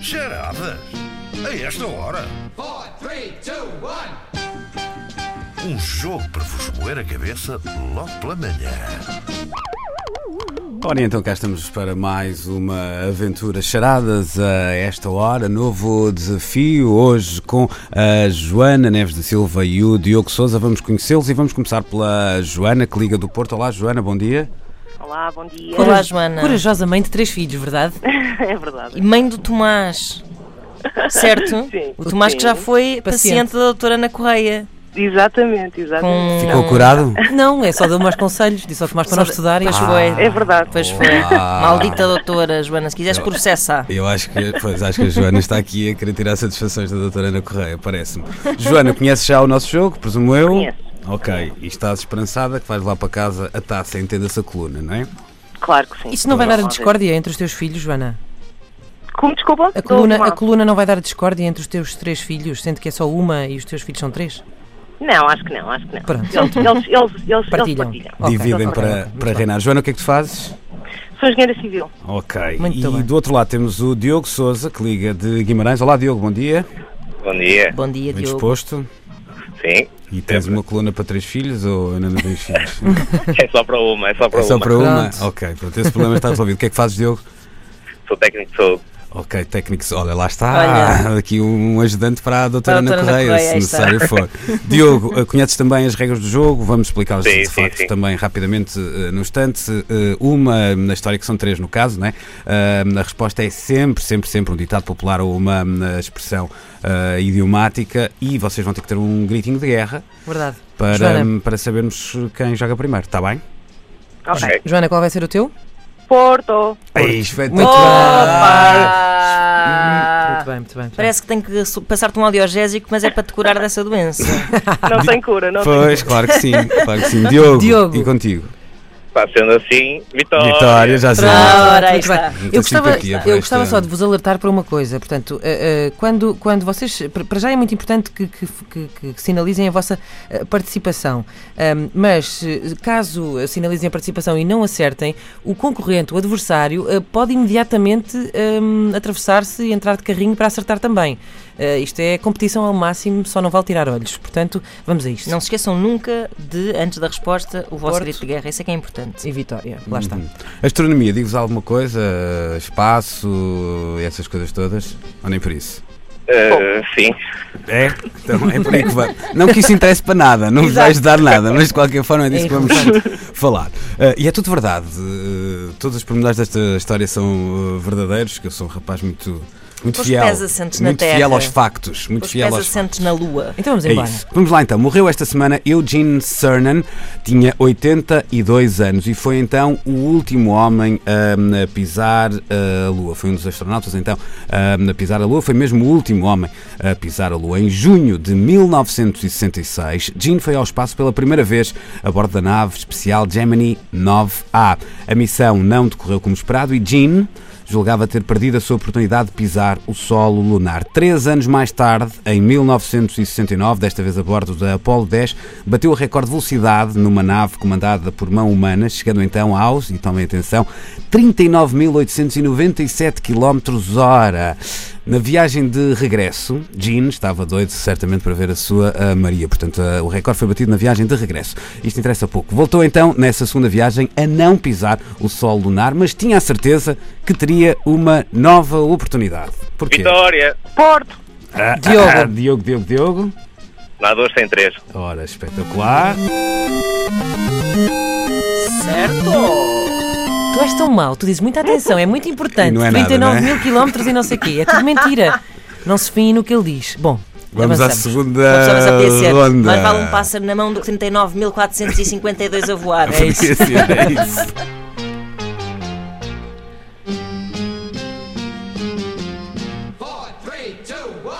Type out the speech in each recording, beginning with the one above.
Charadas? A esta hora? four, three, two, one. Um jogo para vos moer a cabeça logo pela manhã. Ora, então cá estamos para mais uma aventura charadas a esta hora. Novo desafio hoje com a Joana Neves da Silva e o Diogo Souza. Vamos conhecê-los e vamos começar pela Joana, que liga do Porto. Olá, Joana, bom dia. Olá, bom dia. Olá, Joana. Corajosa mãe de três filhos, verdade? É verdade. E Mãe do Tomás. Certo? Sim. O Tomás que já Sim. foi paciente, Paciente. da doutora Ana Correia. Exatamente, exatamente. Com... Ficou curado? Não, é só deu mais conselhos, disse ao Tomás para não estudar e Pois acho- foi. É verdade. Pois foi. Olá. Maldita doutora Joana, se quiseres processar. Ah. Eu acho que, pois, acho que a Joana está aqui a querer tirar satisfações da doutora Ana Correia, parece-me. Joana, conheces já o nosso jogo, presumo eu? Conheço. Ok, e estás esperançada que vais lá para casa a taça, entenda-se a coluna, não é? Claro que sim. Isso não vai dar a Vamos lá discórdia entre os teus filhos, Joana? ver. Como desculpa? A coluna, a coluna não vai dar a discórdia entre os teus três filhos, sendo que é só uma e os teus filhos são três? Não, acho que não, acho que não. Pronto. Eles, eles, eles, eles Partilham. Eles partilham. Ok. Dividem para, para reinar. Joana, o que é que tu fazes? Sou engenheira civil. Ok. Muito e bem. do outro lado temos o Diogo Souza, que liga de Guimarães. Olá, Diogo, bom dia. Bom dia. Bom dia, Bem Diogo. disposto. Sim. E tens uma coluna para três filhos ou ainda não tens filhos? É só para uma, é só para É só uma. para uma? Pronto. Ok, pronto, esse problema está resolvido. O que é que fazes, Diogo? Sou técnico de saúde. Ok, técnicos, olha, lá está aqui um ajudante para a doutora Para a Ana doutora Ana Correia, Correia, se aí está. necessário for. Diogo, eh, conheces também as regras do jogo, vamos explicá-las Sim, de sim, facto sim. também rapidamente eh, no instante. Eh, Uma, na história que são três no caso, não é? Ah, a resposta é sempre, sempre, sempre um ditado popular ou uma hum, expressão ah, idiomática e vocês vão ter que ter um gritinho de guerra Verdade. para, Joana. hum, para sabermos quem joga primeiro, está bem? Ok. Joana, qual vai ser o teu? Porto. Ei, espetacular! Opa! Muito bem, muito bem. muito bem. Hum, Parece que tenho que su- passar-te um audiogésico, mas é para te curar dessa doença. Não tem cura, não tem Pois, claro que sim, claro que sim. Diogo, Diogo. e contigo? Está sendo assim, vitória. Vitória, já Ah, sei. Ora, aí Muito bem. está. Muita Eu gostava, simpatia por eu esta- gostava só de vos alertar para uma coisa. Portanto, eh, eh, quando, quando vocês. para- Para já é muito importante que, que- que- que- que sinalizem a vossa eh, participação. Ahm, mas eh, caso eh, sinalizem a participação e não acertem, o concorrente, o adversário, eh, pode imediatamente ahm, atravessar-se e entrar de carrinho para acertar também. Eh, isto é competição ao máximo, só não vale tirar olhos. Portanto, vamos a isto. Não se esqueçam nunca de, antes da resposta, o vosso Porto. grito de guerra. Isso é que é importante. E vitória, lá está. Astronomia, digo-vos alguma coisa? Espaço, essas coisas todas? Ou nem por isso? Eh, sim. É? Então é por aí que vai. Não que isso interesse para nada, não vos vai ajudar nada, mas de qualquer forma é disso que vamos falar. Ah, e é tudo verdade. ah, todos os pormenores desta história são ah, verdadeiros, que eu sou um rapaz muito, muito Os fiel. pés assentes na muito fiel terra. aos factos. Muito Os fiel pés aos factos. assentes na lua. Então vamos É embora. isso. Vamos lá então. Morreu esta semana Eugene Cernan, tinha 82 anos e foi então o último homem ahm, a pisar ah, a Lua. Foi um dos astronautas então ahm, a pisar a Lua, foi mesmo o último homem a pisar a Lua. Em junho de 1966, Gene foi ao espaço pela primeira vez a bordo da nave especial Gemini 9A. A missão não decorreu como esperado e Gene julgava ter perdido a sua oportunidade de pisar o solo lunar. Três anos mais tarde, em 1969, desta vez a bordo da Apollo 10, bateu o recorde de velocidade numa nave comandada por mão humana, chegando então aos, e tomem atenção, 39.897 km hora. Na viagem de regresso, Jean estava doido certamente para ver a sua a Maria, portanto a- o recorde foi batido na viagem de regresso. Isto interessa pouco. Voltou então, nessa segunda viagem, a não pisar o sol lunar, mas tinha a certeza que teria uma nova oportunidade. Porquê? Vitória. Porto. Ah, ah, Diogo. ah, Diogo, Diogo, Diogo. Na 2 sem 3. Ora, espetacular. Tu és tão mau, tu dizes muita atenção, é muito E importante. não é nada, 39 não é? mil quilómetros e não sei o quê. É tudo mentira. Não se fiem no que ele diz. Bom, Vamos à avançamos. Uma pessoa segunda pensa, podia ser, ronda. mas vale um pássaro na mão do que 39.452 a voar. É Podia isso. ser, é isso. Four, three, two, one.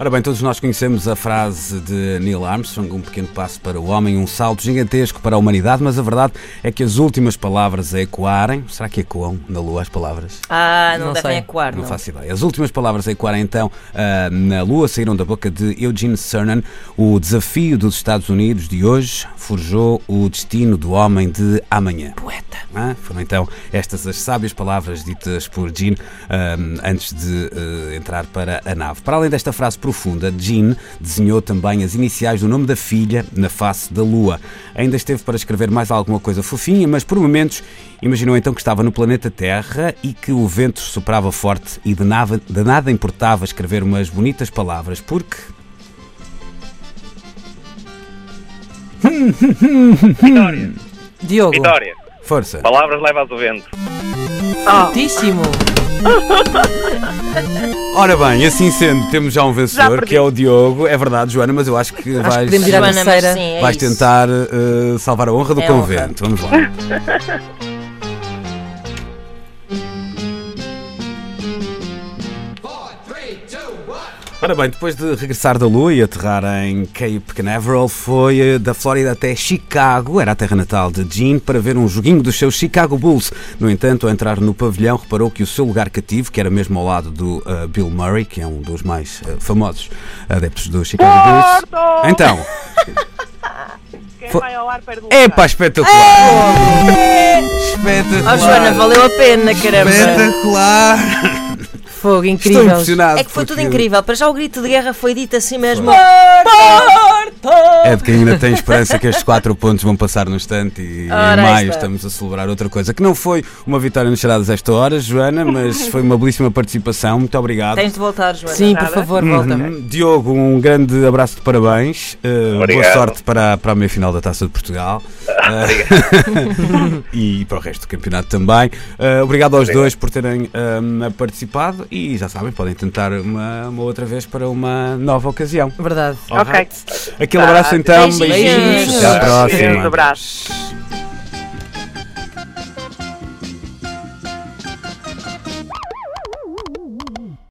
Ora bem, todos nós conhecemos a frase de Neil Armstrong: um pequeno passo para o homem, um salto gigantesco para a humanidade, mas a verdade é que as últimas palavras a ecoarem. Será que ecoam na lua as palavras? Ah, não, Não devem sei. ecoar, não. Não faço ideia. As últimas palavras a ecoar então ah, na Lua saíram da boca de Eugene Cernan. O desafio dos Estados Unidos de hoje forjou o destino do homem de amanhã. Poeta. foram então estas as sábias palavras ditas por Gene ah, antes de ah, entrar para a nave. Para além desta frase profunda, Gene desenhou também as iniciais do nome da filha na face da Lua. Ainda esteve para escrever mais alguma coisa fofinha, mas por momentos imaginou então que estava no planeta Terra e que o vento soprava forte e de nada, de nada importava escrever umas bonitas palavras, porque. Vitória. Diogo, Vitória. Força! Palavras levas o vento. certíssimo. Ora bem, assim sendo, temos já um vencedor perdi. que é o Diogo. É verdade, Joana, mas eu acho que vais, podemos ir à Joana, mas terceira, sim, é vais isso. tentar eh, salvar a honra do É convento. Vamos lá. Four, three, two, one. Ora bem, depois de regressar da Lua e aterrar em Cape Canaveral, foi eh, da Flórida até Chicago, era a terra natal de Gene, para ver um joguinho dos seus Chicago Bulls. No entanto, ao entrar no pavilhão, reparou que o seu lugar cativo, que era mesmo ao lado do eh, Bill Murray, que é um dos mais eh, famosos adeptos do Chicago Bulls. Porto! Então, Quem Fo- vai ao ar perde o É. lugar. epá, espetacular! É! Espetacular! Oh, Joana, valeu a pena, caramba. Espetacular! Fogo, Estou incrível. impressionado. É que foi tudo porque- incrível. Para já o grito de guerra foi dito assim mesmo. É de quem ainda tem esperança que estes quatro pontos vão passar no instante e Ora, em aí maio está. estamos a celebrar outra coisa que não foi uma vitória nos Charadas esta hora, Joana, mas foi uma belíssima participação. Muito obrigado. Tens de voltar, Joana. Sim, por favor, volta. Hum, Diogo, um grande abraço de parabéns. Uh, boa Obrigado. sorte para, para a meia final da Taça de Portugal. Uh, e para o resto do campeonato também. Uh, obrigado aos dois por terem um, participado e já sabem, podem tentar uma, uma outra vez para uma nova ocasião. Verdade. Ok. Alright. Aquele abraço então, Beijinhos. beijinhos. Até à Beijinhos. próxima. um Abraço.